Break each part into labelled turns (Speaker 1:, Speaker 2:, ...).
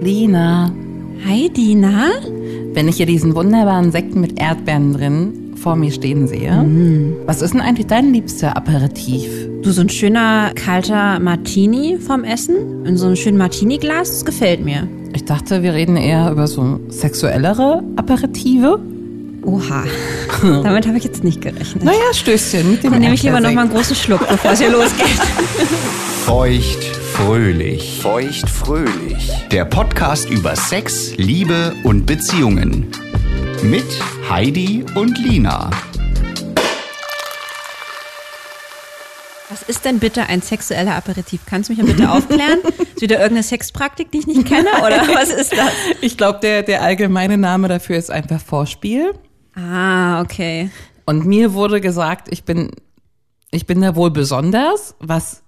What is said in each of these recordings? Speaker 1: Lina,
Speaker 2: Hi Dina.
Speaker 1: wenn ich hier diesen wunderbaren Sekt mit Erdbeeren drin vor mir stehen sehe, was ist denn eigentlich dein liebster Aperitif?
Speaker 2: Du, so ein schöner kalter Martini vom Essen in so einem schönen Martini-Glas, das gefällt mir.
Speaker 1: Ich dachte, wir reden eher über so sexuellere Aperitive.
Speaker 2: Oha, damit habe ich jetzt nicht gerechnet.
Speaker 1: Naja, Stößchen mit dem
Speaker 2: Dann nehme ich lieber nochmal
Speaker 1: Erdbeersekt.
Speaker 2: einen großen Schluck, bevor es hier losgeht.
Speaker 3: Feucht fröhlich.
Speaker 4: Feuchtfröhlich.
Speaker 3: Der Podcast über Sex, Liebe und Beziehungen. Mit Heidi und Lina.
Speaker 2: Was ist denn bitte ein sexueller Aperitif? Kannst du mich mal bitte aufklären? Ist wieder irgendeine Sexpraktik, die ich nicht kenne? Oder was ist das?
Speaker 1: Ich glaube, der, der allgemeine Name dafür ist einfach Vorspiel.
Speaker 2: Ah, okay.
Speaker 1: Und mir wurde gesagt, ich bin, ich bin da wohl besonders, was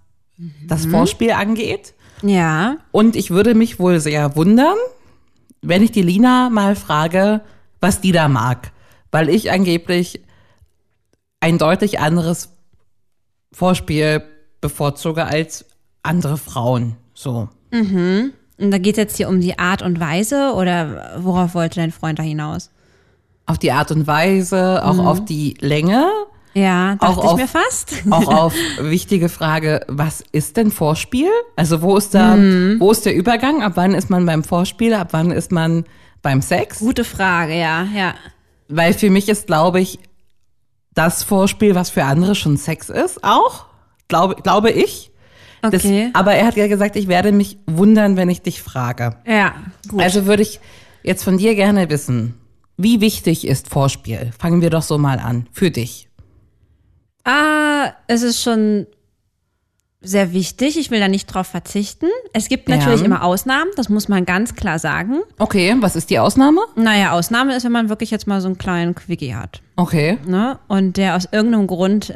Speaker 1: das Vorspiel angeht.
Speaker 2: Ja.
Speaker 1: Und ich würde mich wohl sehr wundern, wenn ich die Lina mal frage, was die da mag. Weil ich angeblich ein deutlich anderes Vorspiel bevorzuge als andere Frauen. So.
Speaker 2: Und da geht es jetzt hier um die Art und Weise oder worauf wollte dein Freund da hinaus?
Speaker 1: Auf die Art und Weise, auch auf die Länge,
Speaker 2: Ja, dachte
Speaker 1: Auch
Speaker 2: ich
Speaker 1: auf-
Speaker 2: mir fast.
Speaker 1: auch auf wichtige Frage, was ist denn Vorspiel? Also wo ist da, wo ist der Übergang? Ab wann ist man beim Vorspiel? Ab wann ist man beim Sex?
Speaker 2: Gute Frage, ja, ja.
Speaker 1: Weil für mich ist, glaube ich, das Vorspiel, was für andere schon Sex ist, auch, glaube, glaube ich. Das,
Speaker 2: Okay.
Speaker 1: Aber er hat ja gesagt, ich werde mich wundern, wenn ich dich frage.
Speaker 2: ja, gut.
Speaker 1: Also würde ich jetzt von dir gerne wissen, wie wichtig ist Vorspiel? Fangen wir doch so mal an, für dich.
Speaker 2: Ah, es ist schon sehr wichtig. Ich will da nicht drauf verzichten. Es gibt
Speaker 1: Ja.
Speaker 2: natürlich immer Ausnahmen, das muss man ganz klar sagen.
Speaker 1: Okay, was ist die Ausnahme?
Speaker 2: Naja, Ausnahme ist, wenn man wirklich jetzt mal so einen kleinen Quickie hat.
Speaker 1: Okay.
Speaker 2: Ne? Und der aus irgendeinem Grund, äh,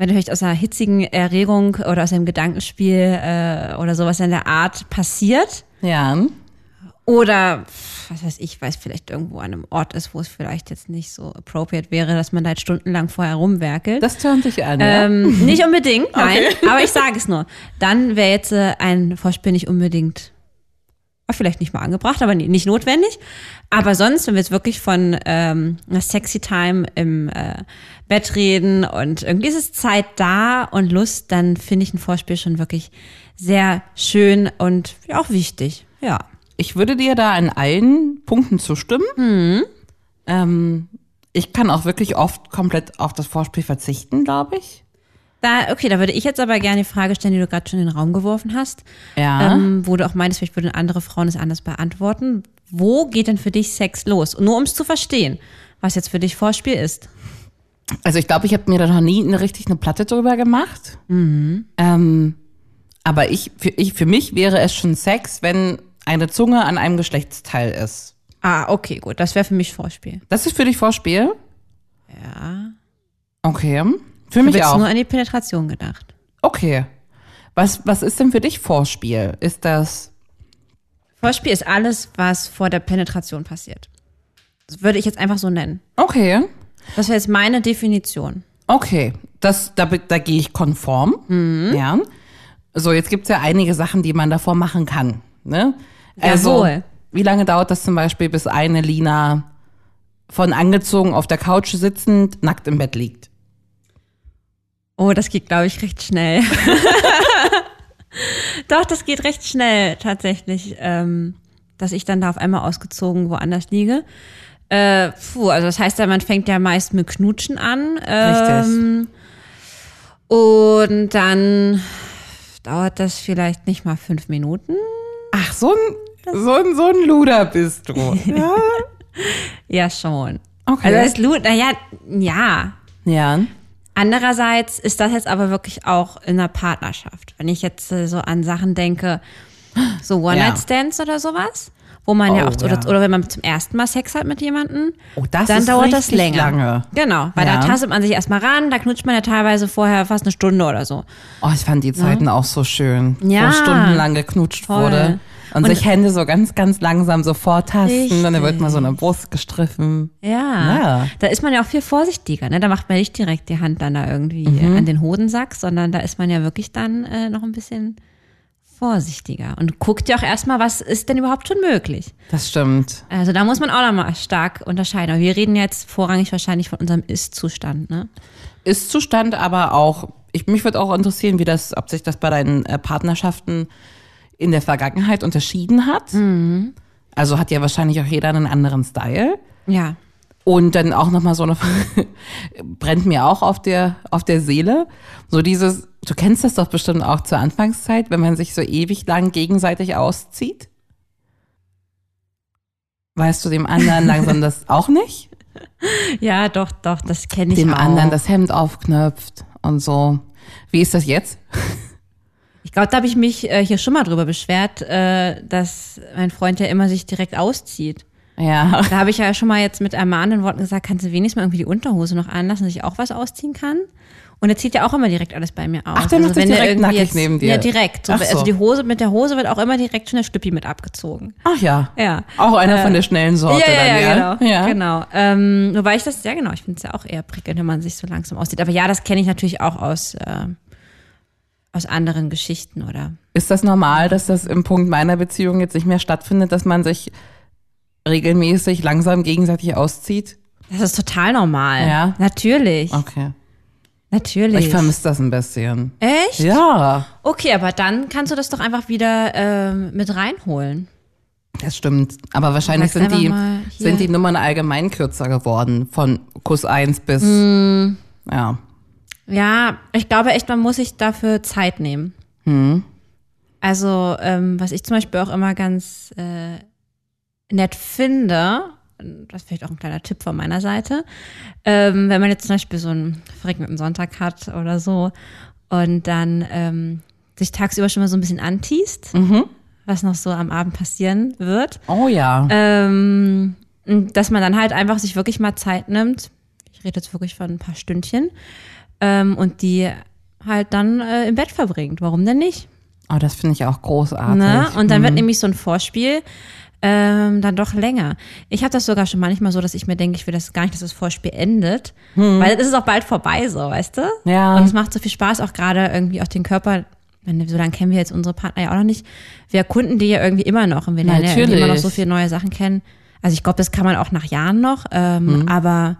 Speaker 2: wenn er vielleicht aus einer hitzigen Erregung oder aus einem Gedankenspiel äh, oder sowas in der Art passiert,
Speaker 1: Ja.
Speaker 2: oder pf, was weiß ich, weiß vielleicht irgendwo an einem Ort ist, wo es vielleicht jetzt nicht so appropriate wäre, dass man da jetzt stundenlang vorher rumwerkelt.
Speaker 1: Das tönt dich an. ja?
Speaker 2: Ähm, nicht unbedingt, nein, aber ich sage es nur. Dann wäre jetzt äh, ein Vorspiel nicht unbedingt, ah, vielleicht nicht mal angebracht, aber nie- nicht notwendig. Aber sonst, wenn wir jetzt wirklich von ähm, einer sexy Time im äh, Bett reden und irgendwie ist es Zeit da und Lust, dann finde ich ein Vorspiel schon wirklich sehr schön und ja, auch wichtig. Ja.
Speaker 1: Ich würde dir da in allen Punkten zustimmen. Hm. Ähm, ich kann auch wirklich oft komplett auf das Vorspiel verzichten, glaube ich.
Speaker 2: Da, okay, da würde ich jetzt aber gerne die Frage stellen, die du gerade schon in den Raum geworfen hast.
Speaker 1: Ja.
Speaker 2: Ähm, wo du auch meintest, vielleicht würden andere Frauen es anders beantworten. Wo geht denn für dich Sex los? Nur um es zu verstehen, was jetzt für dich Vorspiel ist.
Speaker 1: Also ich glaube, ich habe mir da noch nie eine, richtig eine Platte drüber gemacht. Ähm, aber ich für, ich, für mich wäre es schon Sex, wenn eine Zunge an einem Geschlechtsteil ist.
Speaker 2: Ah, okay, gut. Das wäre für mich Vorspiel.
Speaker 1: Das ist für dich Vorspiel?
Speaker 2: Ja.
Speaker 1: Okay. Für
Speaker 2: Ich habe
Speaker 1: mich
Speaker 2: jetzt
Speaker 1: auch.
Speaker 2: nur an die Penetration gedacht.
Speaker 1: Okay. Was, was ist denn für dich Vorspiel? Ist das
Speaker 2: Vorspiel ist alles, was vor der Penetration passiert. Das würde ich jetzt einfach so nennen.
Speaker 1: okay?
Speaker 2: Das wäre jetzt meine Definition.
Speaker 1: Okay, das, da, be- da gehe ich konform.
Speaker 2: Mhm.
Speaker 1: Ja. So, jetzt gibt's ja einige Sachen, die man davor machen kann. Ne?
Speaker 2: Jawohl.
Speaker 1: wie lange dauert das zum Beispiel, bis eine Lina von angezogen auf der Couch sitzend nackt im Bett liegt?
Speaker 2: Oh, das geht, glaube ich, recht schnell. Doch, das geht recht schnell tatsächlich, ähm, dass ich dann da auf einmal ausgezogen woanders liege. Äh, puh, also das heißt ja, man fängt ja meist mit Knutschen an. Ähm, Richtig. Und dann dauert das vielleicht nicht mal fünf Minuten.
Speaker 1: Ach, so ein, so ein, so ein Luder bist du. ja.
Speaker 2: Ja, schon.
Speaker 1: Okay.
Speaker 2: Also das ist Lu- naja, ja,
Speaker 1: ja.
Speaker 2: Andererseits ist das jetzt aber wirklich auch in einer Partnerschaft. Wenn ich jetzt äh, so an Sachen denke, so One-Night-Stands oder sowas, wo man ja
Speaker 1: Oh,
Speaker 2: auch, Oder,
Speaker 1: ja.
Speaker 2: oder wenn man zum ersten Mal Sex hat mit jemandem,
Speaker 1: Oh, das
Speaker 2: dann
Speaker 1: ist
Speaker 2: dauert das
Speaker 1: richtig lange.
Speaker 2: länger. Genau, weil
Speaker 1: Ja.
Speaker 2: da tastet man sich erstmal ran, da knutscht man ja teilweise vorher fast eine Stunde oder so.
Speaker 1: Oh, ich fand die Zeiten auch so schön,
Speaker 2: Ja.
Speaker 1: wo stundenlang geknutscht
Speaker 2: Voll.
Speaker 1: wurde. Und,
Speaker 2: Und-
Speaker 1: sich Hände so ganz, ganz langsam so vortasten und dann wird
Speaker 2: Richtig.
Speaker 1: mal so eine Brust gestriffen.
Speaker 2: Ja.
Speaker 1: Ja.
Speaker 2: Da ist man ja auch viel vorsichtiger, ne? Da macht man nicht direkt
Speaker 1: Mhm.
Speaker 2: die Hand dann da irgendwie äh, an den Hodensack, sondern da ist man ja wirklich dann äh, noch ein bisschen vorsichtiger und guckt ja auch erstmal, was ist denn überhaupt schon möglich.
Speaker 1: Das stimmt.
Speaker 2: Also da muss man auch nochmal stark unterscheiden. Aber wir reden jetzt vorrangig wahrscheinlich von unserem Ist-Zustand, ne?
Speaker 1: Ist Zustand aber auch, ich, mich würde auch interessieren, wie das, ob sich das bei deinen äh, Partnerschaften in der Vergangenheit unterschieden hat. Also hat ja wahrscheinlich auch jeder einen anderen Style.
Speaker 2: Ja.
Speaker 1: Und dann auch nochmal so eine, brennt mir auch auf der, auf der Seele. So dieses, du kennst das doch bestimmt auch zur Anfangszeit, wenn man sich so ewig lang gegenseitig auszieht. Weißt du dem anderen langsam das auch nicht?
Speaker 2: Ja, doch, doch, das kenne ich
Speaker 1: Dem
Speaker 2: auch.
Speaker 1: anderen das Hemd aufknöpft und so. Wie ist das jetzt?
Speaker 2: Ich glaube, da habe ich mich äh, hier schon mal drüber beschwert, äh, dass mein Freund ja immer sich direkt auszieht.
Speaker 1: Ja.
Speaker 2: Da habe ich ja schon mal jetzt mit ermahnenden Worten gesagt, kannst du wenigstens mal irgendwie die Unterhose noch anlassen, dass ich auch was ausziehen kann? Und er zieht ja auch immer direkt alles bei mir aus. Also
Speaker 1: Ach, der macht das
Speaker 2: wenn
Speaker 1: direkt
Speaker 2: irgendwie
Speaker 1: nackig neben dir.
Speaker 2: Ja, direkt. So,
Speaker 1: Ach so.
Speaker 2: Also die Hose, mit der Hose wird auch immer direkt schon der Stüppi mit abgezogen.
Speaker 1: Ach ja.
Speaker 2: Ja.
Speaker 1: Auch einer von der schnellen Sorte
Speaker 2: ja, ja,
Speaker 1: dann, Äh, ja.
Speaker 2: ja, genau.
Speaker 1: ja.
Speaker 2: genau. Ähm, wobei ich das, ja genau, ich finde es ja auch eher prickelnd, wenn man sich so langsam auszieht. Aber ja, das kenne ich natürlich auch aus, äh, aus anderen Geschichten oder
Speaker 1: Ist das normal, dass das im Punkt meiner Beziehung jetzt nicht mehr stattfindet, dass man sich regelmäßig langsam gegenseitig auszieht?
Speaker 2: Das ist total normal.
Speaker 1: Ja?
Speaker 2: Natürlich.
Speaker 1: Okay.
Speaker 2: Natürlich.
Speaker 1: Ich vermisse das ein bisschen.
Speaker 2: Echt?
Speaker 1: Ja,
Speaker 2: Okay, aber dann kannst du das doch einfach wieder ähm, mit reinholen.
Speaker 1: das stimmt. Aber wahrscheinlich
Speaker 2: Sag's
Speaker 1: sind die,
Speaker 2: einfach mal hier.
Speaker 1: sind die Nummern allgemein kürzer geworden. Von Kuss 1 bis. Mm. Ja.
Speaker 2: Ja, ich glaube echt, man muss sich dafür Zeit nehmen. Also, ähm, was ich zum Beispiel auch immer ganz äh, nett finde, das ist vielleicht auch ein kleiner Tipp von meiner Seite, ähm, wenn man jetzt zum Beispiel so einen verregneten Sonntag hat oder so und dann ähm, sich tagsüber schon mal so ein bisschen antiest, was noch so am Abend passieren wird,
Speaker 1: Oh ja.
Speaker 2: ähm, und dass man dann halt einfach sich wirklich mal Zeit nimmt. Ich rede jetzt wirklich von ein paar Stündchen. Ähm, und die halt dann äh, im Bett verbringt. Warum denn nicht?
Speaker 1: Oh, das finde ich auch großartig.
Speaker 2: Ne? Und dann wird nämlich so ein Vorspiel ähm, dann doch länger. Ich habe das sogar schon manchmal so, dass ich mir denke, ich will das gar nicht, dass das Vorspiel endet. Weil das ist auch bald vorbei, so, weißt du?
Speaker 1: Ja.
Speaker 2: Und es macht so viel Spaß, auch gerade irgendwie auch den Körper. Ich meine, So lange kennen wir jetzt unsere Partner ja auch noch nicht. Wir erkunden die ja irgendwie immer noch und wir lernen ja irgendwie immer noch
Speaker 1: Natürlich.
Speaker 2: so viele neue Sachen kennen. Also ich glaube, das kann man auch nach Jahren noch. Ähm,
Speaker 1: Mhm.
Speaker 2: Aber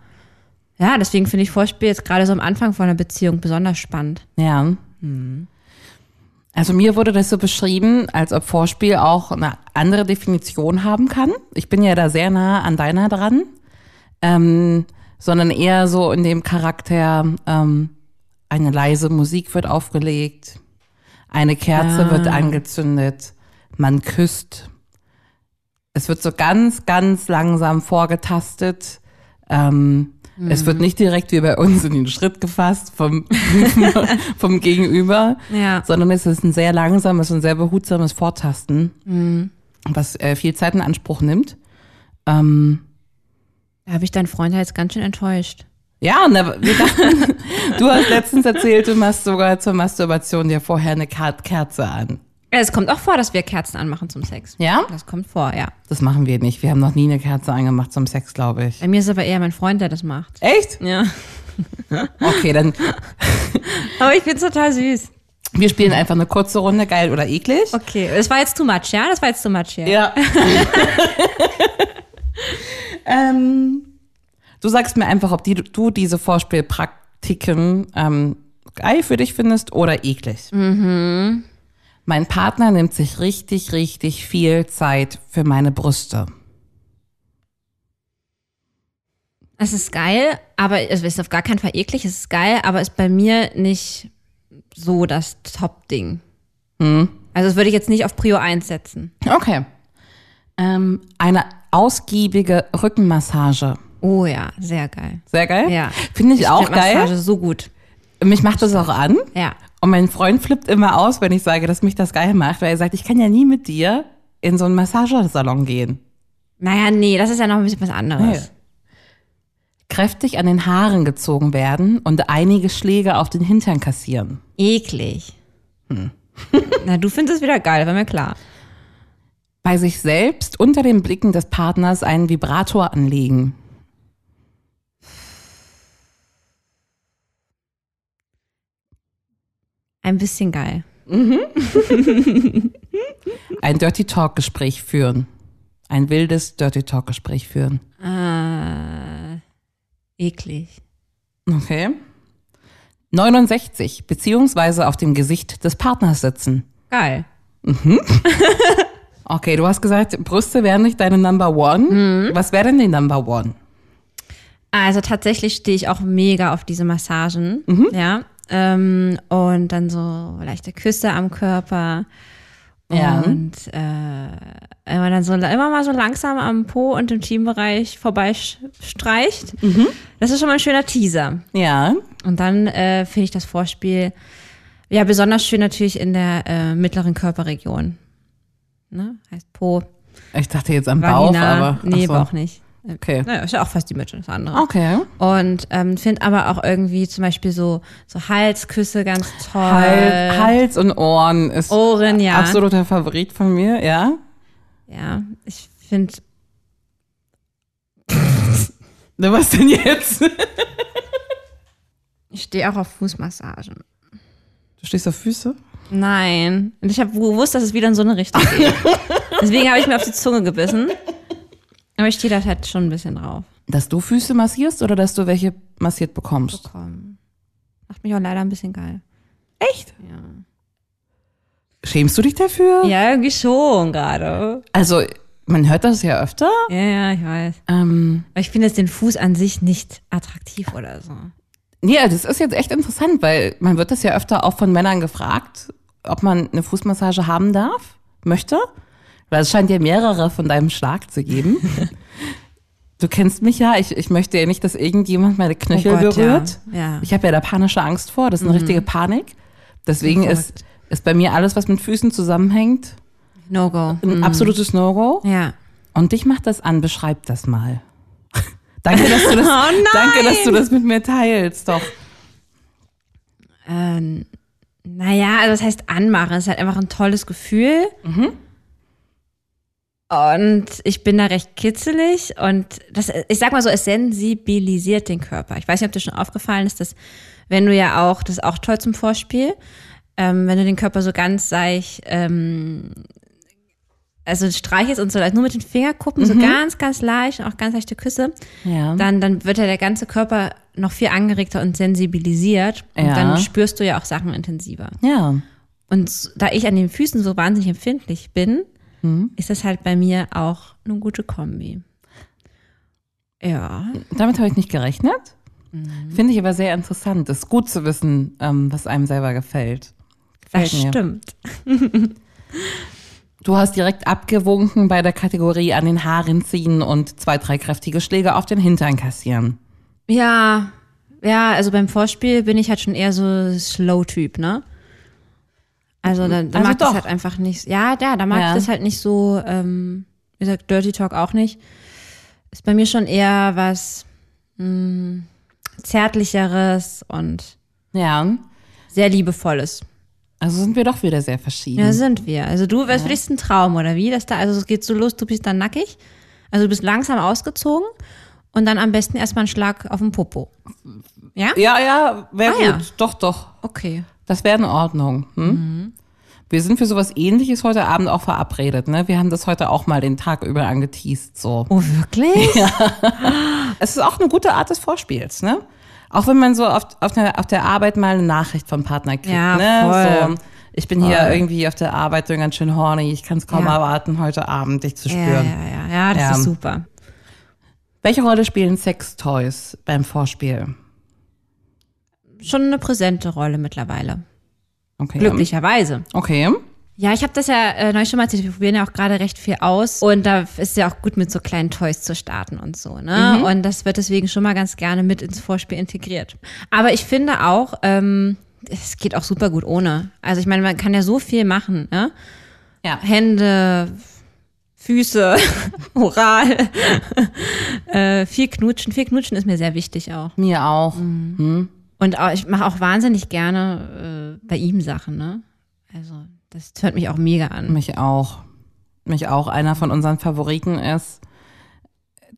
Speaker 2: ja, deswegen finde ich Vorspiel jetzt gerade so am Anfang von einer Beziehung besonders spannend.
Speaker 1: Ja. Also mir wurde das so beschrieben, als ob Vorspiel auch eine andere Definition haben kann. Ich bin ja da sehr nah an deiner dran, ähm, sondern eher so in dem Charakter, ähm, eine leise Musik wird aufgelegt, eine Kerze wird angezündet, man küsst. Es wird so ganz, ganz langsam vorgetastet. Ähm, Es wird nicht direkt wie bei uns in den Schritt gefasst vom, vom Gegenüber,
Speaker 2: Ja.
Speaker 1: sondern es ist ein sehr langsames und sehr behutsames Vortasten, was äh, viel Zeit in Anspruch nimmt. Ähm,
Speaker 2: Da habe ich deinen Freund ja jetzt ganz schön enttäuscht.
Speaker 1: ja, und da, wir dachten, du hast letztens erzählt, du machst sogar zur Masturbation dir vorher eine Ker- Kerze an.
Speaker 2: Es kommt auch vor, dass wir Kerzen anmachen zum Sex.
Speaker 1: Ja?
Speaker 2: Das kommt vor, ja.
Speaker 1: Das machen wir nicht. Wir haben noch nie eine Kerze angemacht zum Sex, glaube ich.
Speaker 2: Bei mir ist aber eher mein Freund, der das macht.
Speaker 1: Echt?
Speaker 2: Ja.
Speaker 1: Okay, dann
Speaker 2: Aber ich find's total süß.
Speaker 1: wir spielen einfach eine kurze Runde, geil oder eklig.
Speaker 2: Okay, das war jetzt too much, ja? Das war jetzt too much, ja?
Speaker 1: Ja. ähm, du sagst mir einfach, ob die, du diese Vorspielpraktiken ähm, geil für dich findest oder eklig. Mhm. Mein Partner nimmt sich richtig, richtig viel Zeit für meine Brüste.
Speaker 2: Es ist geil, aber es ist auf gar keinen Fall eklig. Es ist geil, aber ist bei mir nicht so das Top-Ding. Also das würde ich jetzt nicht auf Prio 1 setzen.
Speaker 1: Okay. Ähm, eine ausgiebige Rückenmassage.
Speaker 2: Oh ja, sehr geil.
Speaker 1: Sehr geil.
Speaker 2: Ja.
Speaker 1: Finde ich, auch
Speaker 2: find Massage
Speaker 1: geil.
Speaker 2: so gut.
Speaker 1: Mich macht das auch an.
Speaker 2: Ja.
Speaker 1: Und mein Freund flippt immer aus, wenn ich sage, dass mich das geil macht, weil er sagt, ich kann ja nie mit dir in so einen Massagesalon gehen.
Speaker 2: Naja, nee, das ist ja noch ein bisschen was anderes.
Speaker 1: Kräftig an den Haaren gezogen werden und einige Schläge auf den Hintern kassieren.
Speaker 2: Eklig. Hm. Na, du findest es wieder geil, war mir klar.
Speaker 1: Bei sich selbst unter den Blicken des Partners einen Vibrator anlegen.
Speaker 2: Ein bisschen geil.
Speaker 1: Ein Dirty Talk Gespräch führen. Ein wildes Dirty Talk Gespräch führen.
Speaker 2: Eklig.
Speaker 1: Okay. 69. Beziehungsweise auf dem Gesicht des Partners sitzen.
Speaker 2: Geil.
Speaker 1: Okay, du hast gesagt, Brüste wären nicht deine Number
Speaker 2: Mhm.
Speaker 1: One. Was wäre denn die Number One?
Speaker 2: Also tatsächlich stehe ich auch mega auf diese Massagen. Ja. Ähm, und dann so leichte Küsse am Körper.
Speaker 1: Ja.
Speaker 2: Und äh, immer dann so immer mal so langsam am Po und im Teambereich vorbeistreicht.
Speaker 1: Mhm.
Speaker 2: Das ist schon mal ein schöner Teaser.
Speaker 1: Ja.
Speaker 2: Und dann äh, finde ich das Vorspiel ja besonders schön natürlich in der äh, mittleren Körperregion. Ne? Heißt Po,
Speaker 1: Ich dachte jetzt am Bauch,
Speaker 2: Vagina.
Speaker 1: aber.
Speaker 2: nee,
Speaker 1: ach so. Oh.
Speaker 2: Bauch nicht.
Speaker 1: Okay.
Speaker 2: Naja, ist ja auch fast die Mitte, das andere.
Speaker 1: Okay.
Speaker 2: Und ähm, finde aber auch irgendwie zum Beispiel so, so Halsküsse ganz toll.
Speaker 1: Hals, Hals und Ohren ist
Speaker 2: Ohren, Äh. Oh, ja.
Speaker 1: absoluter Favorit von mir, ja.
Speaker 2: Ja, ich finde,
Speaker 1: Na, Ne, was denn jetzt? Du
Speaker 2: ich stehe auch auf Fußmassagen.
Speaker 1: stehst auf Füße?
Speaker 2: Nein. Und ich habe gewusst, dass es wieder in so eine Richtung geht. Deswegen habe ich mir auf die Zunge gebissen. Aber ich stehe da halt schon ein bisschen drauf.
Speaker 1: Dass du Füße massierst oder dass du welche massiert bekommst?
Speaker 2: Komm. Macht mich auch leider ein bisschen geil.
Speaker 1: Echt? Schämst du dich dafür?
Speaker 2: Ja, irgendwie schon gerade.
Speaker 1: Also, man hört das ja öfter.
Speaker 2: Ja, ja, ich weiß.
Speaker 1: Ähm,
Speaker 2: Aber ich finde jetzt den Fuß an sich nicht attraktiv oder so.
Speaker 1: ja, also das ist jetzt echt interessant, weil man wird das ja öfter auch von Männern gefragt, ob man eine Fußmassage haben darf, möchte. Weil es scheint ja mehrere von deinem Schlag zu geben. du kennst mich ja, ich, ich möchte ja nicht, dass irgendjemand meine Knöchel
Speaker 2: Oh Gott, ja. Mhm.
Speaker 1: berührt.
Speaker 2: Ja.
Speaker 1: Ich habe ja da panische Angst vor, das ist eine richtige Panik. Deswegen ist, ist bei mir alles, was mit Füßen zusammenhängt,
Speaker 2: No go.
Speaker 1: ein absolutes No-Go.
Speaker 2: Mhm. Ja.
Speaker 1: Und dich macht das an, beschreib das mal. danke, dass du das,
Speaker 2: Oh
Speaker 1: danke, dass du das mit mir teilst. Doch.
Speaker 2: Ähm, naja, also das heißt anmachen. Es ist halt einfach ein tolles Gefühl. Und ich bin da recht kitzelig und das, ich sag mal so, es sensibilisiert den Körper. Ich weiß nicht, ob dir schon aufgefallen ist, dass wenn du ja auch, das ist auch toll zum Vorspiel, ähm, wenn du den Körper so ganz seich, ähm, also streichelst und so leicht, nur mit den Fingerkuppen, so ganz, ganz leicht und auch ganz leichte Küsse,
Speaker 1: Ja.
Speaker 2: dann, dann wird ja der ganze Körper noch viel angeregter und sensibilisiert. Und
Speaker 1: Ja.
Speaker 2: dann spürst du ja auch Sachen intensiver.
Speaker 1: ja.
Speaker 2: Und s- da ich an den Füßen so wahnsinnig empfindlich bin,
Speaker 1: Mhm.
Speaker 2: ist das halt bei mir auch eine gute Kombi. Ja.
Speaker 1: Damit habe ich nicht gerechnet.
Speaker 2: Mhm.
Speaker 1: Finde ich aber sehr interessant. Ist gut zu wissen, ähm, was einem selber gefällt.
Speaker 2: Das
Speaker 1: Gefällt mir.
Speaker 2: stimmt.
Speaker 1: Du hast direkt abgewunken bei der Kategorie an den Haaren ziehen und zwei, drei kräftige Schläge auf den Hintern kassieren.
Speaker 2: Ja, ja, also beim Vorspiel bin ich halt schon eher so Slow-Typ, ne? Also da, da
Speaker 1: Also
Speaker 2: mag ich das
Speaker 1: doch.
Speaker 2: halt einfach nicht. Ja, ja, da mag
Speaker 1: Ja.
Speaker 2: ich das halt nicht so, ähm, wie gesagt, Dirty Talk auch nicht. Ist bei mir schon eher was mh, Zärtlicheres und
Speaker 1: Ja.
Speaker 2: sehr Liebevolles.
Speaker 1: Also sind wir doch wieder sehr verschieden.
Speaker 2: Ja, sind wir. Also du, was für dich ist ein Traum, oder wie? Das da, also es geht so los, du bist dann nackig. Also du bist langsam ausgezogen und dann am besten erstmal einen Schlag auf den Popo. Ja?
Speaker 1: ja, ja, wäre
Speaker 2: Ah, ja.
Speaker 1: gut. Doch, doch.
Speaker 2: Okay.
Speaker 1: Das wäre in Ordnung. Hm?
Speaker 2: Mhm.
Speaker 1: Wir sind für sowas ähnliches heute Abend auch verabredet, ne? Wir haben das heute auch mal den Tag über angeteased, so.
Speaker 2: Oh, wirklich?
Speaker 1: Es ist auch eine gute Art des Vorspiels, ne? Auch wenn man so auf, auf, der, auf der Arbeit mal eine Nachricht vom Partner kriegt,
Speaker 2: Ja,
Speaker 1: ne?
Speaker 2: voll.
Speaker 1: So, ich bin hier irgendwie auf der Arbeit bin ganz schön horny, ich kann es kaum
Speaker 2: Ja.
Speaker 1: erwarten, heute Abend dich zu
Speaker 2: Ja,
Speaker 1: spüren.
Speaker 2: ja, ja, ja, das
Speaker 1: Ja.
Speaker 2: ist super.
Speaker 1: Welche Rolle spielen Sextoys beim Vorspiel?
Speaker 2: Schon eine präsente Rolle mittlerweile.
Speaker 1: Okay.
Speaker 2: Glücklicherweise.
Speaker 1: Okay.
Speaker 2: Ja, ich habe das ja äh, neulich schon mal erzählt, wir probieren ja auch gerade recht viel aus und da ist ja auch gut mit so kleinen Toys zu starten und so, ne? Und das wird deswegen schon mal ganz gerne mit ins Vorspiel integriert. Aber ich finde auch, ähm, es geht auch super gut ohne. Also ich meine, man kann ja so viel machen, ne?
Speaker 1: Ja.
Speaker 2: Hände, Füße, Oral, äh, viel knutschen. Viel knutschen ist mir sehr wichtig auch.
Speaker 1: Mir auch.
Speaker 2: Mm. Und auch, ich mache auch wahnsinnig gerne äh, bei ihm Sachen, ne? Also, das hört mich auch mega an.
Speaker 1: Mich auch. Mich auch. Einer von unseren Favoriten ist,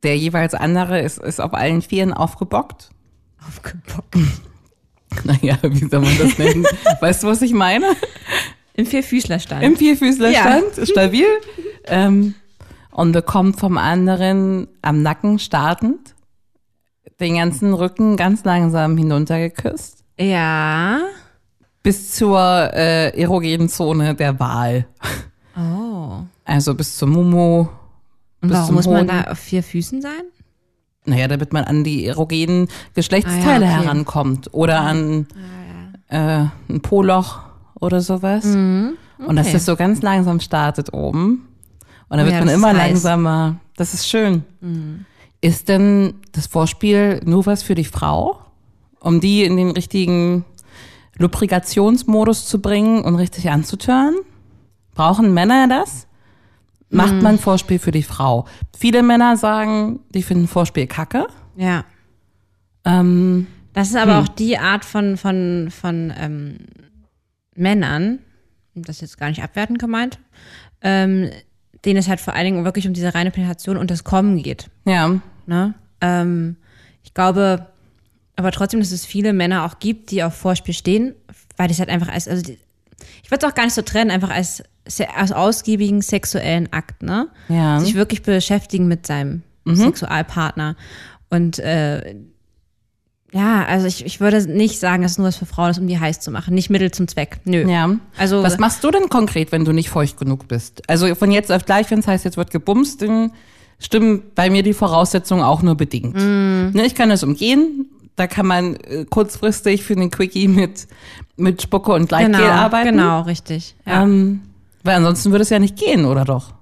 Speaker 1: der jeweils andere ist, ist auf allen Vieren aufgebockt.
Speaker 2: Aufgebockt.
Speaker 1: Naja, wie soll man das nennen? weißt du, was ich meine?
Speaker 2: Im Vierfüßlerstand.
Speaker 1: im Vierfüßlerstand, stabil. ähm, und bekommt vom anderen am Nacken startend den ganzen Rücken ganz langsam hinuntergeküsst.
Speaker 2: ja.
Speaker 1: Bis zur äh, erogenen Zone der Wahl.
Speaker 2: Oh.
Speaker 1: Also bis zum Mumu.
Speaker 2: Und
Speaker 1: bis
Speaker 2: warum
Speaker 1: zum
Speaker 2: muss man
Speaker 1: Hoden.
Speaker 2: da auf vier Füßen sein?
Speaker 1: Naja, damit man an die erogenen Geschlechtsteile
Speaker 2: Ah ja, okay.
Speaker 1: herankommt. Oder an Äh, ein Po-Loch oder sowas. Und dass
Speaker 2: Mhm. okay.
Speaker 1: das so ganz langsam startet oben. Und dann
Speaker 2: Oh
Speaker 1: wird
Speaker 2: ja,
Speaker 1: man
Speaker 2: das ist
Speaker 1: immer
Speaker 2: heiß. Mhm.
Speaker 1: langsamer. Das ist schön. Ist denn das Vorspiel nur was für die Frau? Um die in den richtigen Lubrikationsmodus zu bringen und richtig anzutören? Brauchen Männer das? Macht
Speaker 2: Mhm.
Speaker 1: man Vorspiel für die Frau? Viele Männer sagen, die finden Vorspiel kacke.
Speaker 2: Ja.
Speaker 1: Ähm,
Speaker 2: Das ist aber auch die Art von, von, von ähm, Männern, und das ist jetzt gar nicht abwertend gemeint, ähm, denen es halt vor allen Dingen wirklich um diese reine Penetration und das Kommen geht.
Speaker 1: ja,
Speaker 2: Ne? Ähm, ich glaube aber trotzdem, dass es viele Männer auch gibt, die auf Vorspiel stehen, weil das halt einfach als, also die, ich würde es auch gar nicht so trennen, einfach als, se- als ausgiebigen sexuellen Akt, ne?
Speaker 1: ja.
Speaker 2: sich wirklich beschäftigen mit seinem
Speaker 1: Mhm.
Speaker 2: Sexualpartner. Und äh, ja, also ich, ich würde nicht sagen, das ist nur was für Frauen, ist, um die heiß zu machen. Nicht Mittel zum Zweck. Nö.
Speaker 1: Ja.
Speaker 2: Also-
Speaker 1: was machst du denn konkret, wenn du nicht feucht genug bist? Also von jetzt auf gleich, wenn es heißt, jetzt wird gebumst, dann stimmen bei mir die Voraussetzungen auch nur bedingt.
Speaker 2: Mm.
Speaker 1: Ne, ich kann das umgehen. Da kann man äh, kurzfristig für den Quickie mit, mit Spucke und Gleitgel
Speaker 2: Genau,
Speaker 1: arbeiten.
Speaker 2: genau, richtig. Ja.
Speaker 1: Ähm, weil ansonsten würde es ja nicht gehen, oder doch?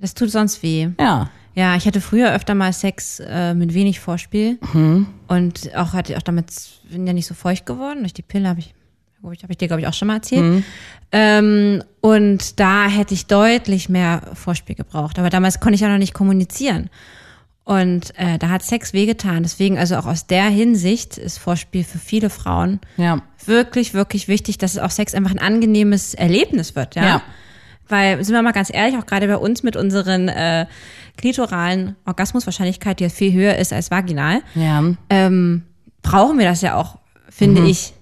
Speaker 2: Das tut sonst weh.
Speaker 1: Ja.
Speaker 2: Ja, ich hatte früher öfter mal Sex äh, mit wenig Vorspiel und auch hatte auch damit bin ja nicht so feucht geworden durch die Pille habe ich habe ich, hab ich dir glaube ich auch schon mal erzählt ähm, und da hätte ich deutlich mehr Vorspiel gebraucht, aber damals konnte ich ja noch nicht kommunizieren und äh, da hat Sex wehgetan. Deswegen also auch aus der Hinsicht ist Vorspiel für viele Frauen
Speaker 1: Ja.
Speaker 2: wirklich, wirklich wichtig, dass es auch Sex einfach ein angenehmes Erlebnis wird, ja.
Speaker 1: Ja.
Speaker 2: Weil, sind wir mal ganz ehrlich, auch gerade bei uns mit unseren äh, klitoralen Orgasmuswahrscheinlichkeit, die ja viel höher ist als vaginal,
Speaker 1: Ja.
Speaker 2: ähm, brauchen wir das ja auch, finde
Speaker 1: Mhm.
Speaker 2: ich.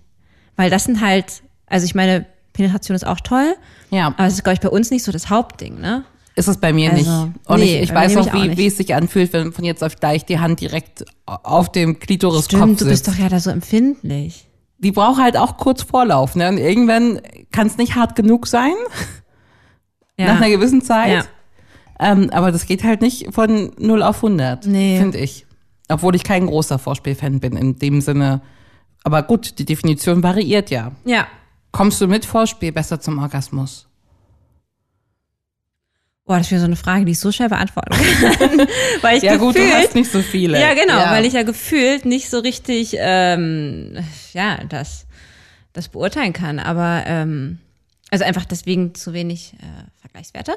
Speaker 2: Weil das sind halt, also ich meine, Penetration ist auch toll,
Speaker 1: Ja.
Speaker 2: aber es ist, glaube ich, bei uns nicht so das Hauptding, ne?
Speaker 1: Ist es bei mir
Speaker 2: Also,
Speaker 1: nicht. Und
Speaker 2: nee,
Speaker 1: ich, ich
Speaker 2: bei mir
Speaker 1: weiß
Speaker 2: nämlich
Speaker 1: auch,
Speaker 2: auch
Speaker 1: wie,
Speaker 2: nicht.
Speaker 1: wie es sich anfühlt, wenn von jetzt auf gleich die Hand direkt äh, auf dem Klitoriskopf
Speaker 2: Stimmt,
Speaker 1: sitzt.
Speaker 2: du bist doch ja da so empfindlich.
Speaker 1: die braucht halt auch kurz Vorlauf. Ne? Und irgendwann kann es nicht hart genug sein,
Speaker 2: Ja.
Speaker 1: nach einer gewissen Zeit.
Speaker 2: Ja.
Speaker 1: Ähm, aber das geht halt nicht von 0 auf 100,
Speaker 2: Nee.
Speaker 1: finde ich. Obwohl ich kein großer Vorspielfan bin in dem Sinne. Aber gut, die Definition variiert ja.
Speaker 2: ja.
Speaker 1: Kommst du mit Vorspiel besser zum Orgasmus?
Speaker 2: Boah, das wäre so eine Frage, die ich so schnell beantworten kann. Weil ich
Speaker 1: Ja gut, du
Speaker 2: gefühlt-
Speaker 1: hast nicht so viele.
Speaker 2: Ja, genau, weil ich ja gefühlt nicht so richtig, ähm, ja, das, das beurteilen kann. Aber, ähm, also einfach deswegen zu wenig äh, Vergleichswerte.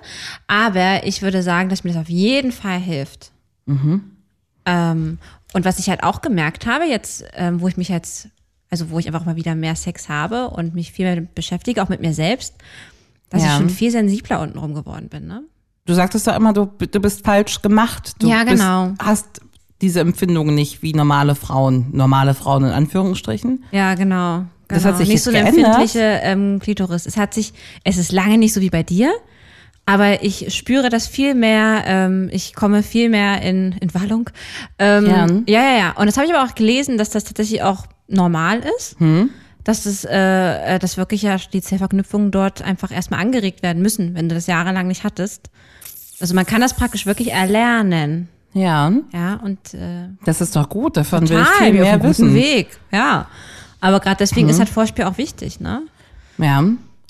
Speaker 2: Aber ich würde sagen, dass mir das auf jeden Fall hilft. Ähm, und was ich halt auch gemerkt habe, jetzt, ähm, wo ich mich jetzt, also wo ich einfach mal wieder mehr Sex habe und mich viel mehr damit beschäftige, auch mit mir selbst, dass
Speaker 1: Ja.
Speaker 2: ich schon viel sensibler untenrum geworden bin, ne?
Speaker 1: Du sagtest doch immer, du, du bist falsch gemacht. Du
Speaker 2: Ja, genau.
Speaker 1: Bist, hast diese Empfindung nicht wie normale Frauen, normale Frauen in Anführungsstrichen.
Speaker 2: Ja, genau.
Speaker 1: Das
Speaker 2: genau.
Speaker 1: hat sich
Speaker 2: nicht
Speaker 1: jetzt
Speaker 2: so eine
Speaker 1: geändert?
Speaker 2: empfindliche ähm, Klitoris. Es hat sich, es ist lange nicht so wie bei dir, aber ich spüre das viel mehr. Ähm, ich komme viel mehr in, in Wallung. Ähm,
Speaker 1: Ja.
Speaker 2: ja. ja, ja, Und das habe ich aber auch gelesen, dass das tatsächlich auch normal ist.
Speaker 1: Hm?
Speaker 2: Dass das, äh, äh, dass wirklich ja die Zellverknüpfungen dort einfach erstmal angeregt werden müssen, wenn du das jahrelang nicht hattest. Also man kann das praktisch wirklich erlernen,
Speaker 1: Ja.
Speaker 2: ja. Und äh,
Speaker 1: Das ist doch gut, davon will ich
Speaker 2: total
Speaker 1: viel
Speaker 2: wir auf
Speaker 1: mehr
Speaker 2: einem guten
Speaker 1: wissen.
Speaker 2: Weg. Ja. Aber gerade deswegen ist halt Vorspiel auch wichtig, ne?
Speaker 1: Ja.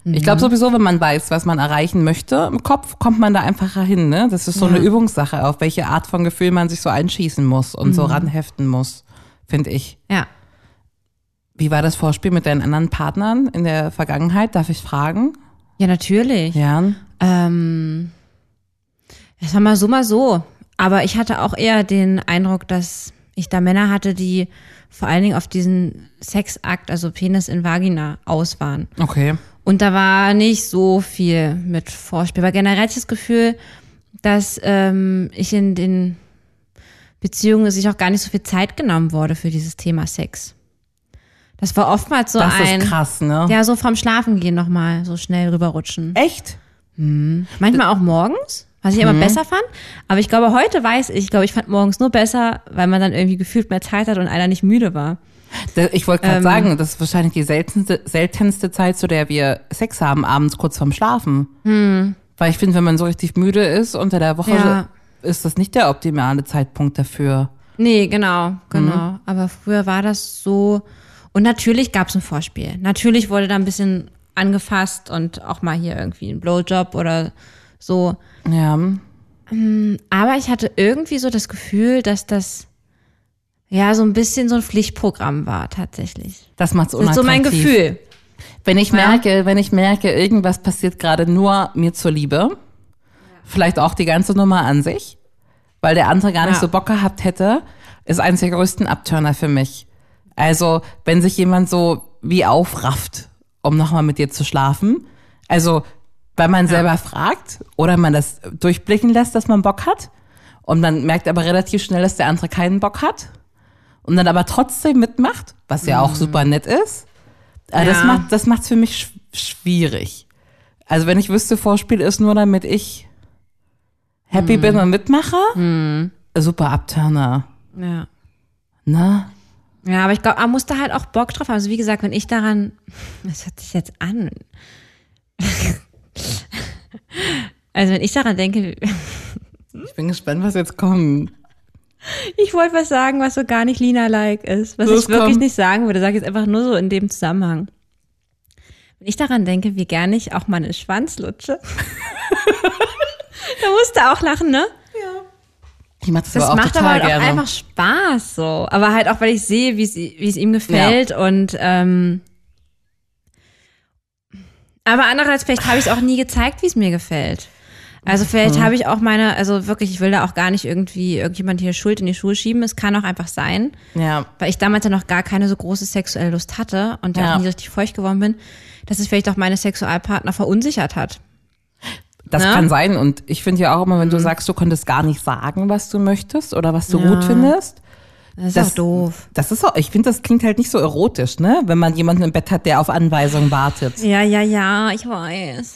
Speaker 1: Ich
Speaker 2: Mhm.
Speaker 1: glaube sowieso, wenn man weiß, was man erreichen möchte im Kopf, kommt man da einfacher hin. Ne? Das ist so eine Übungssache, auf welche Art von Gefühl man sich so einschießen muss und
Speaker 2: Mhm.
Speaker 1: so ranheften muss, finde ich.
Speaker 2: Ja.
Speaker 1: Wie war das Vorspiel mit deinen anderen Partnern in der Vergangenheit? Darf ich fragen?
Speaker 2: Ja, natürlich.
Speaker 1: Ja.
Speaker 2: Ähm, das war mal so, mal so. Aber ich hatte auch eher den Eindruck, dass ich da Männer hatte, die vor allen Dingen auf diesen Sexakt, also Penis in Vagina, aus waren.
Speaker 1: Okay.
Speaker 2: Und da war nicht so viel mit Vorspiel. Aber generell hatte ich das Gefühl, dass ähm, ich in den Beziehungen sich auch gar nicht so viel Zeit genommen wurde für dieses Thema Sex. Das war oftmals so
Speaker 1: Das
Speaker 2: ein.
Speaker 1: ist krass, ne?
Speaker 2: Ja, so vom Schlafen gehen nochmal so schnell rüberrutschen.
Speaker 1: Echt?
Speaker 2: Manchmal auch morgens, was ich immer
Speaker 1: Mhm.
Speaker 2: besser fand. Aber ich glaube, heute weiß ich, ich glaube, ich fand morgens nur besser, weil man dann irgendwie gefühlt mehr Zeit hat und einer nicht müde war.
Speaker 1: Da- Ich wollte
Speaker 2: Ähm.
Speaker 1: gerade sagen, das ist wahrscheinlich die seltenste, seltenste Zeit, zu der wir Sex haben, abends kurz vorm Schlafen. Weil ich finde, wenn man so richtig müde ist unter der Woche,
Speaker 2: Hm. Ja.
Speaker 1: ist das nicht der optimale Zeitpunkt dafür.
Speaker 2: Nee, genau, genau. Aber früher war das so. Und natürlich gab es ein Vorspiel. Natürlich wurde da ein bisschen angefasst und auch mal hier irgendwie ein Blowjob oder so.
Speaker 1: Ja.
Speaker 2: Aber ich hatte irgendwie so das Gefühl, dass das ja so ein bisschen so ein Pflichtprogramm war tatsächlich.
Speaker 1: Das macht's
Speaker 2: Das ist so
Speaker 1: unattraktiv.
Speaker 2: mein Gefühl.
Speaker 1: Wenn ich merke, wenn ich merke, irgendwas passiert gerade nur mir zur Liebe, vielleicht auch die ganze Nummer an sich, weil der andere gar nicht
Speaker 2: Ja.
Speaker 1: so Bock gehabt hätte, ist eins der größten Abturner für mich. Also, wenn sich jemand so wie aufrafft, um nochmal mit dir zu schlafen, also, weil man selber fragt oder man das durchblicken lässt, dass man Bock hat und man merkt aber relativ schnell, dass der andere keinen Bock hat und dann aber trotzdem mitmacht, was ja auch super nett ist, aber das
Speaker 2: Mhm. Ja.
Speaker 1: macht das macht's für mich sch schwierig. Also wenn ich wüsste, Vorspiel ist nur, damit ich happy
Speaker 2: Mhm.
Speaker 1: bin und mitmache, super Abturner,
Speaker 2: Ja.
Speaker 1: ne?
Speaker 2: Ja, aber ich glaube, man muss da halt auch Bock drauf haben. Also wie gesagt, wenn ich daran, das hört sich jetzt an. Also wenn ich daran denke,
Speaker 1: Ich bin gespannt, was jetzt kommt.
Speaker 2: ich wollte was sagen, was so gar nicht Lina-like ist, was
Speaker 1: Los,
Speaker 2: ich wirklich
Speaker 1: komm.
Speaker 2: nicht sagen würde, sage ich jetzt einfach nur so in dem Zusammenhang. Wenn ich daran denke, wie gern ich auch mal einen Schwanz lutsche. da musst du auch lachen, ne?
Speaker 1: Ich mach das,
Speaker 2: Das
Speaker 1: aber auch
Speaker 2: macht aber
Speaker 1: total
Speaker 2: halt auch
Speaker 1: gerne.
Speaker 2: einfach Spaß so. Aber halt auch, weil ich sehe, wie es wie es ihm gefällt und ähm, aber andererseits, vielleicht habe ich es auch nie gezeigt, wie es mir gefällt. Also vielleicht
Speaker 1: Mhm.
Speaker 2: habe ich auch meine, also wirklich, ich will da auch gar nicht irgendwie irgendjemand hier Schuld in die Schuhe schieben. Es kann auch einfach sein,
Speaker 1: ja.
Speaker 2: weil ich damals ja noch gar keine so große sexuelle Lust hatte und ja.
Speaker 1: Ja.
Speaker 2: auch nie so richtig feucht geworden bin, dass es vielleicht auch meine Sexualpartner verunsichert hat.
Speaker 1: Das
Speaker 2: Ne? Mhm.
Speaker 1: kann sein. Und ich finde ja auch immer, wenn du sagst, du konntest gar nicht sagen, was du möchtest oder was du gut findest.
Speaker 2: Das ist
Speaker 1: Das-
Speaker 2: auch doof.
Speaker 1: Das ist auch, ich finde, das klingt halt nicht so erotisch, ne? Wenn man jemanden im Bett hat, der auf Anweisung wartet. Ähm,
Speaker 2: Ja, ja, ja, ich weiß.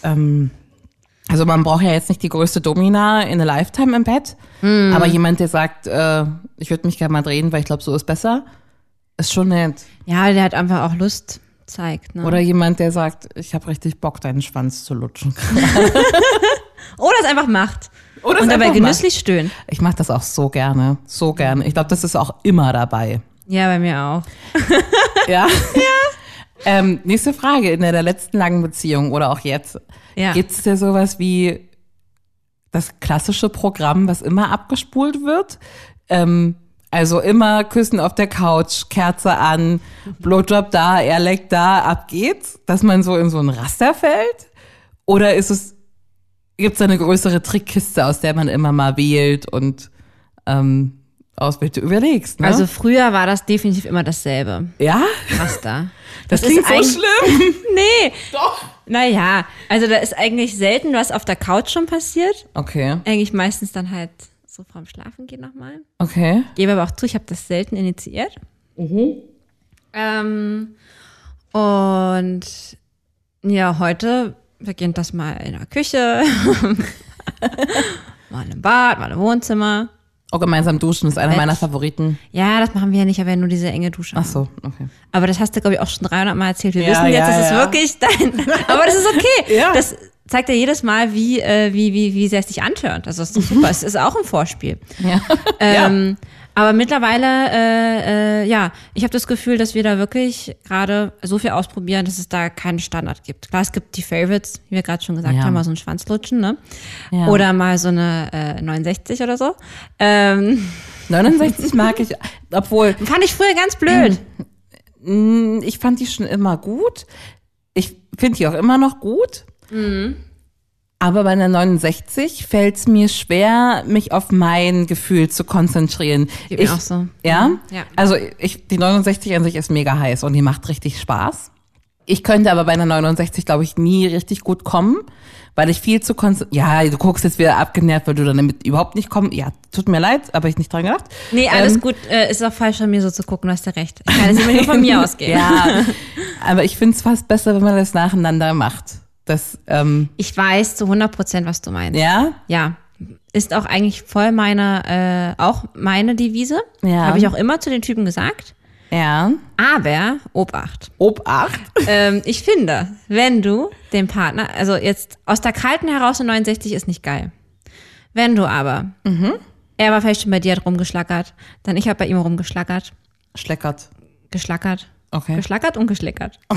Speaker 1: Also man braucht ja jetzt nicht die größte Domina in a Lifetime im Bett, aber jemand, der sagt, äh, ich würde mich gerne mal drehen, weil ich glaube, so ist besser, ist schon nett.
Speaker 2: Ja, der hat einfach auch Lust zeigt. Ne?
Speaker 1: Oder jemand, der sagt, ich habe richtig Bock, deinen Schwanz zu lutschen.
Speaker 2: Oder es einfach macht.
Speaker 1: Oder es
Speaker 2: und dabei
Speaker 1: Oh, einfach macht.
Speaker 2: genüsslich stöhnen.
Speaker 1: Ich mache das auch so gerne, so gerne. Ich glaube, das ist auch immer dabei.
Speaker 2: Ja, bei mir auch.
Speaker 1: Ja. ja. Ähm, nächste Frage. In der letzten langen Beziehung oder auch jetzt,
Speaker 2: Ja.
Speaker 1: gibt's da sowas wie das klassische Programm, was immer abgespult wird? Ähm, also immer Küssen auf der Couch, Kerze an, Blowjob da, er leckt da, ab geht's, dass man so in so ein Raster fällt? Oder ist es, gibt's da eine größere Trickkiste, aus der man immer mal wählt und ähm, auswählt, du überlegst? Ne?
Speaker 2: Also früher war das definitiv immer dasselbe.
Speaker 1: ja,
Speaker 2: Was da?
Speaker 1: das,
Speaker 2: ist
Speaker 1: klingt so
Speaker 2: eigentlich-
Speaker 1: schlimm.
Speaker 2: Nee. Doch. Naja, also da ist eigentlich selten was auf der Couch schon passiert.
Speaker 1: Okay,
Speaker 2: Eigentlich meistens dann halt so vorm Schlafen gehen nochmal.
Speaker 1: okay.
Speaker 2: Gebe aber auch zu, ich habe das selten initiiert.
Speaker 1: Mhm.
Speaker 2: Ähm, und ja, heute beginnt das mal in der Küche, mal im Bad, mal im Wohnzimmer.
Speaker 1: Auch Oh, gemeinsam duschen ist einer
Speaker 2: Bett.
Speaker 1: meiner Favoriten.
Speaker 2: Ja, das machen wir ja nicht, aber nur diese enge Dusche.
Speaker 1: Ach so, okay.
Speaker 2: Aber das hast du, glaube ich, auch schon 300 Mal erzählt. Wir
Speaker 1: Ja,
Speaker 2: wissen jetzt,
Speaker 1: ja,
Speaker 2: das ist
Speaker 1: ja.
Speaker 2: wirklich dein. Aber das ist okay.
Speaker 1: Ja.
Speaker 2: Das zeigt ja jedes Mal, wie, äh, wie, wie, wie sehr es dich antört. Das ist doch super. es ist auch ein Vorspiel.
Speaker 1: Ja.
Speaker 2: Ähm, Aber mittlerweile, äh, äh, ja, ich habe das Gefühl, dass wir da wirklich gerade so viel ausprobieren, dass es da keinen Standard gibt. Klar, es gibt die Favorites, wie wir gerade schon gesagt
Speaker 1: Ja.
Speaker 2: haben, mal so ein Schwanzlutschen, ne?
Speaker 1: Ja.
Speaker 2: Oder mal so eine äh, 69 oder so. Ähm,
Speaker 1: 69 mag ich, obwohl hm,
Speaker 2: fand ich früher ganz blöd.
Speaker 1: Mhm. ich fand die schon immer gut. Ich finde die auch immer noch gut.
Speaker 2: Mhm.
Speaker 1: Aber bei einer 69 fällt es mir schwer, mich auf mein Gefühl zu konzentrieren.
Speaker 2: Geht mir auch so. Mhm.
Speaker 1: Ja?
Speaker 2: Ja.
Speaker 1: Also ich, die 69 an sich ist mega heiß und die macht richtig Spaß. Ich könnte aber bei einer 69, glaube ich, nie richtig gut kommen, weil ich viel zu konzentriert. Ja, du guckst jetzt wieder abgenervt, weil du dann damit überhaupt nicht kommst. Ja, tut mir leid, aber ich nicht dran gedacht.
Speaker 2: Nee, alles
Speaker 1: Ähm,
Speaker 2: gut. Äh, ist auch falsch von mir so zu gucken, Also du hast ja recht. Ich kann es immer nur von mir ausgehen.
Speaker 1: Ja, aber ich finde es fast besser, wenn man das nacheinander macht. Das, ähm,
Speaker 2: Ich weiß zu 100 Prozent, was du meinst.
Speaker 1: ja,
Speaker 2: Ja. Ist auch eigentlich voll meine, äh, auch meine Devise.
Speaker 1: Ja.
Speaker 2: Habe ich auch immer zu den Typen gesagt.
Speaker 1: ja.
Speaker 2: Aber, Obacht.
Speaker 1: Obacht.
Speaker 2: ähm, ich finde, wenn du den Partner, also jetzt aus der Kalten heraus eine 69 ist nicht geil. Wenn du aber, er war vielleicht schon bei dir hat rumgeschlackert, dann ich habe bei ihm rumgeschlackert,
Speaker 1: Schleckert.
Speaker 2: geschlackert,
Speaker 1: Okay.
Speaker 2: geschlackert und geschleckert.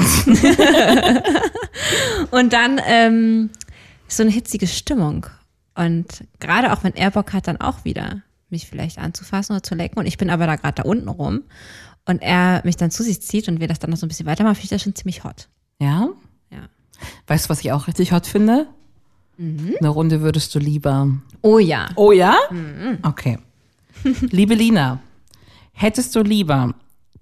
Speaker 2: und dann ähm, ist so eine hitzige Stimmung. Und gerade auch wenn er Bock hat, dann auch wieder mich vielleicht anzufassen oder zu lecken. Und ich bin aber da gerade da unten rum. Und er mich dann zu sich zieht und wir das dann noch so ein bisschen weitermachen, finde ich das schon ziemlich hot.
Speaker 1: ja.
Speaker 2: Ja.
Speaker 1: Weißt du, was ich auch richtig hot finde?
Speaker 2: Mhm.
Speaker 1: Eine Runde würdest du lieber.
Speaker 2: Oh ja.
Speaker 1: Oh ja?
Speaker 2: Mhm.
Speaker 1: Okay. Liebe Lina, hättest du lieber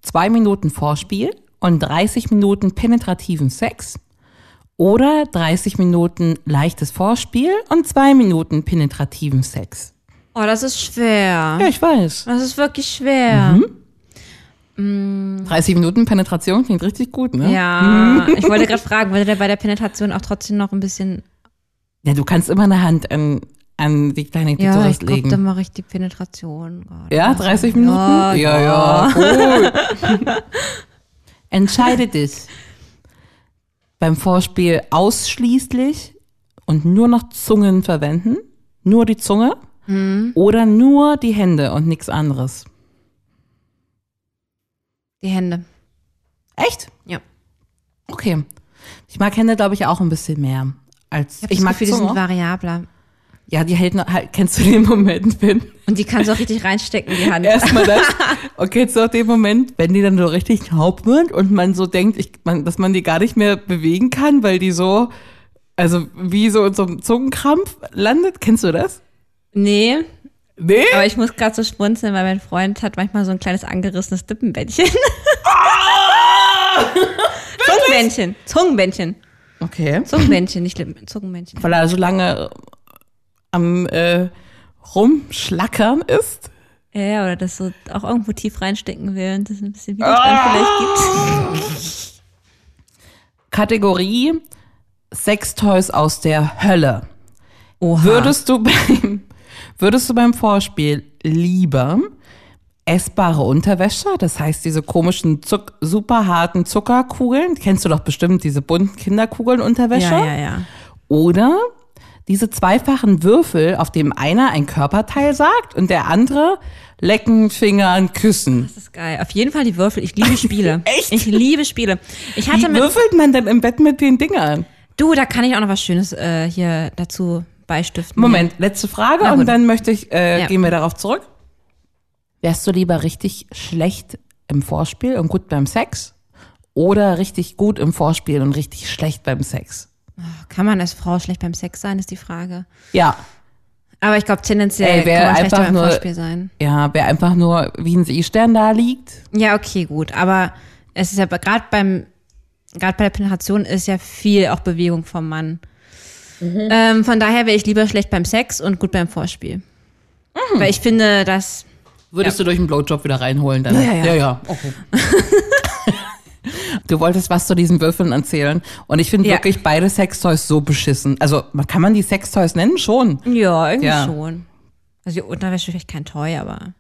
Speaker 1: zwei Minuten Vorspiel und 30 Minuten penetrativen Sex oder 30 Minuten leichtes Vorspiel und zwei Minuten penetrativen Sex?
Speaker 2: Oh, das ist schwer.
Speaker 1: Ja, Mhm. ich weiß.
Speaker 2: Das ist wirklich schwer.
Speaker 1: 30 Minuten Penetration klingt richtig gut, ne?
Speaker 2: Mhm. Ja, ich wollte gerade fragen, würde der bei der Penetration auch trotzdem noch ein bisschen.
Speaker 1: Ja, du kannst immer eine Hand an, an die kleine
Speaker 2: Ja,
Speaker 1: Klitoris
Speaker 2: ich gucke da
Speaker 1: legen.
Speaker 2: mal richtig Penetration. Gott, oh
Speaker 1: Ja,
Speaker 2: das-
Speaker 1: 30 Minuten?
Speaker 2: Ja,
Speaker 1: ja. ja. Gut. Entscheide dich beim Vorspiel ausschließlich und nur noch Zungen verwenden, nur die Zunge
Speaker 2: Mhm.
Speaker 1: oder nur die Hände und nichts anderes.
Speaker 2: Die Hände.
Speaker 1: Echt?
Speaker 2: Ja.
Speaker 1: Okay. Ich mag Hände, glaube ich, auch ein bisschen mehr als
Speaker 2: Ich,
Speaker 1: ich mag
Speaker 2: für die sind
Speaker 1: Zunge.
Speaker 2: variabler.
Speaker 1: Ja, die hält noch, halt, kennst du den Moment, wenn
Speaker 2: Und die kannst du auch richtig reinstecken, die Hand.
Speaker 1: Erstmal das. Okay, zu dem Moment, wenn die dann so richtig taub wird und man so denkt, ich, man, dass man die gar nicht mehr bewegen kann, weil die so, also wie so in so einem Zungenkrampf landet. Kennst du das?
Speaker 2: Nee,
Speaker 1: Nee?
Speaker 2: aber ich muss gerade so schmunzeln, weil mein Freund hat manchmal so ein kleines angerissenes Dippenbändchen. Zungenbändchen. Zungenbändchen.
Speaker 1: Okay.
Speaker 2: Zungenbändchen, nicht Lippen. Zungenbändchen.
Speaker 1: Weil er so lange äh, am äh, Rumschlackern ist.
Speaker 2: Ja, Ja, oder das so auch irgendwo tief reinstecken will und das ein bisschen Widerstand vielleicht gibt.
Speaker 1: Kategorie Sextoys aus der Hölle.
Speaker 2: Oha.
Speaker 1: Würdest du beim, würdest du beim Vorspiel lieber essbare Unterwäsche, das heißt diese komischen Zuck, super harten Zuckerkugeln, kennst du doch bestimmt diese bunten Kinderkugeln Unterwäsche,
Speaker 2: ja, ja, ja.
Speaker 1: oder diese zweifachen Würfel, auf dem einer ein Körperteil sagt und der andere lecken, Fingern, küssen.
Speaker 2: Das ist geil. Auf jeden Fall die Würfel. Ich liebe Spiele. Echt? Ich liebe Spiele. Ich
Speaker 1: Wie
Speaker 2: hatte mit,
Speaker 1: würfelt man denn im Bett mit den Dingern?
Speaker 2: du, da kann ich auch noch was Schönes äh, hier dazu beistiften.
Speaker 1: Moment, letzte Frage
Speaker 2: Na
Speaker 1: und
Speaker 2: gut.
Speaker 1: dann möchte ich, äh,
Speaker 2: Ja.
Speaker 1: gehen wir darauf zurück. Wärst du lieber richtig schlecht im Vorspiel und gut beim Sex oder richtig gut im Vorspiel und richtig schlecht beim Sex?
Speaker 2: Kann man als Frau schlecht beim Sex sein, ist die Frage.
Speaker 1: Ja,
Speaker 2: Aber ich glaube, tendenziell
Speaker 1: Ey, wer
Speaker 2: kann man schlechter
Speaker 1: einfach
Speaker 2: beim
Speaker 1: nur-
Speaker 2: Vorspiel sein.
Speaker 1: ja, wer einfach nur wie ein Seestern da liegt.
Speaker 2: Ja, okay, gut. Aber es ist ja be- gerade beim, gerade bei der Penetration ist ja viel auch Bewegung vom Mann. Ähm, von daher wäre ich lieber schlecht beim Sex und gut beim Vorspiel. Weil ich finde, dass
Speaker 1: Würdest du durch einen Blowjob wieder reinholen dann?
Speaker 2: Ja, ja, ja.
Speaker 1: okay. Oh, Du wolltest was zu diesen Würfeln erzählen und ich finde
Speaker 2: Ja.
Speaker 1: wirklich beide Sextoys so beschissen. Also man- kann man die Sextoys nennen schon?
Speaker 2: Ja, irgendwie
Speaker 1: Ja.
Speaker 2: schon. Also die Unterwäsche vielleicht kein Toy, aber.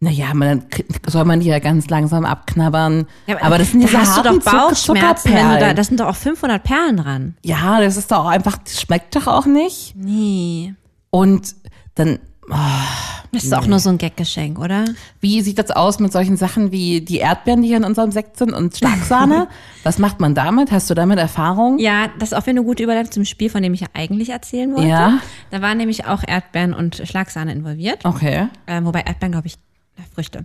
Speaker 1: Naja, man, dann krieg- soll man die ja ganz langsam abknabbern. aber, das sind
Speaker 2: da
Speaker 1: diese
Speaker 2: hast du
Speaker 1: harten
Speaker 2: doch Bauchschmerzen, wenn du da,
Speaker 1: Zuckerperlen.
Speaker 2: das sind doch auch 500 Perlen dran.
Speaker 1: Ja, das ist doch auch einfach, das schmeckt doch auch nicht.
Speaker 2: Nee.
Speaker 1: Und dann,
Speaker 2: Das ist auch nur so ein Gaggeschenk, oder?
Speaker 1: wie sieht das aus mit solchen Sachen wie die Erdbeeren, die hier in unserem Sekt sind und Schlagsahne? Was macht man damit? Hast du damit Erfahrung?
Speaker 2: Ja, das ist auch wieder eine gute Überleitung zum Spiel, von dem ich ja eigentlich erzählen wollte.
Speaker 1: Ja. Oh.
Speaker 2: Da waren nämlich auch Erdbeeren und Schlagsahne involviert.
Speaker 1: Okay.
Speaker 2: Ähm, wobei Erdbeeren, glaube ich, na, Früchte.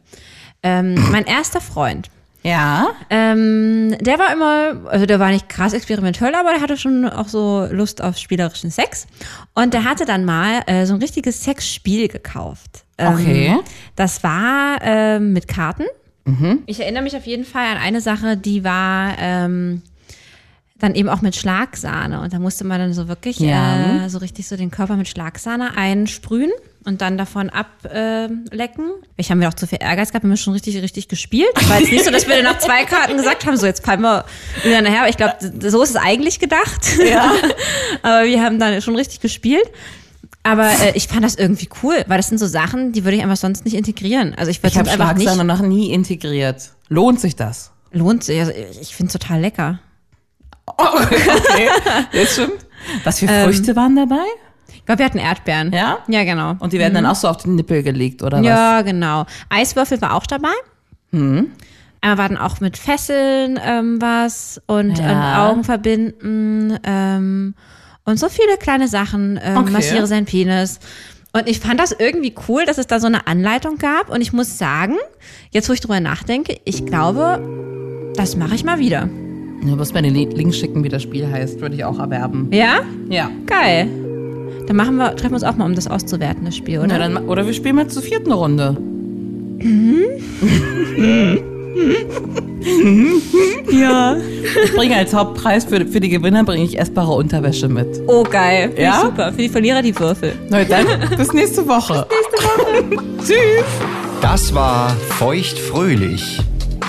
Speaker 2: Ähm, mein erster Freund,
Speaker 1: Ja.
Speaker 2: ähm, der war immer, also der war nicht krass experimentell, aber der hatte schon auch so Lust auf spielerischen Sex. Und der hatte dann mal äh, so ein richtiges Sexspiel gekauft. Ähm,
Speaker 1: Okay.
Speaker 2: Das war
Speaker 1: Mhm.
Speaker 2: ähm, mit Karten. Ich erinnere mich auf jeden Fall an eine Sache, die war, ähm, dann eben auch mit Schlagsahne. Und da musste man dann so wirklich
Speaker 1: Ja.
Speaker 2: äh, so richtig so den Körper mit Schlagsahne einsprühen und dann davon ablecken. Äh, lecken. Vielleicht haben wir auch zu viel Ehrgeiz gehabt, wir haben schon richtig, richtig gespielt. War jetzt nicht so, dass wir nach zwei Karten gesagt haben, so jetzt fallen wir wieder nachher. Aber ich glaube, so ist es eigentlich gedacht. Ja. Aber wir haben dann schon richtig gespielt. Aber äh, ich fand das irgendwie cool, weil das sind so Sachen, die würde ich einfach sonst nicht integrieren. Also ich würde
Speaker 1: Ich habe
Speaker 2: sonst einfach nicht.
Speaker 1: Schlagsahne noch nie integriert. Lohnt sich das?
Speaker 2: Lohnt sich. Also ich finde es total lecker.
Speaker 1: Okay, das stimmt. Was für
Speaker 2: Ähm.
Speaker 1: Früchte waren dabei?
Speaker 2: Ich glaube, wir hatten Erdbeeren.
Speaker 1: Ja?
Speaker 2: Ja, genau.
Speaker 1: Und die werden dann auch so auf den Nippel gelegt, oder
Speaker 2: ja, genau. Eiswürfel war auch dabei.
Speaker 1: Hm?
Speaker 2: Einmal war dann auch mit Fesseln ähm, was und,
Speaker 1: Ja.
Speaker 2: und Augen verbinden ähm, und so viele kleine Sachen. Ähm,
Speaker 1: Okay.
Speaker 2: Massiere seinen Penis. Und ich fand das irgendwie cool, dass es da so eine Anleitung gab. Und ich muss sagen, jetzt wo ich drüber nachdenke, ich glaube, das mache ich mal
Speaker 1: was?
Speaker 2: wieder.
Speaker 1: Du musst mir den Li- Link schicken, wie das Spiel heißt. Würde ich auch erwerben.
Speaker 2: Ja?
Speaker 1: Ja.
Speaker 2: Geil. Dann machen wir, treffen wir uns auch mal, um das auszuwerten, das Spiel,
Speaker 1: Oder,
Speaker 2: oder?
Speaker 1: dann, ma- oder wir spielen mal zur vierten Runde.
Speaker 2: Ja.
Speaker 1: Ich bringe als Hauptpreis für, für die Gewinner bringe ich essbare Unterwäsche mit.
Speaker 2: Oh, geil. Finde ich
Speaker 1: Ja?
Speaker 2: Super. Für die Verlierer die Würfel.
Speaker 1: Na dann, bis nächste Woche. Bis nächste Woche. Tschüss.
Speaker 3: Das war Feuchtfröhlich,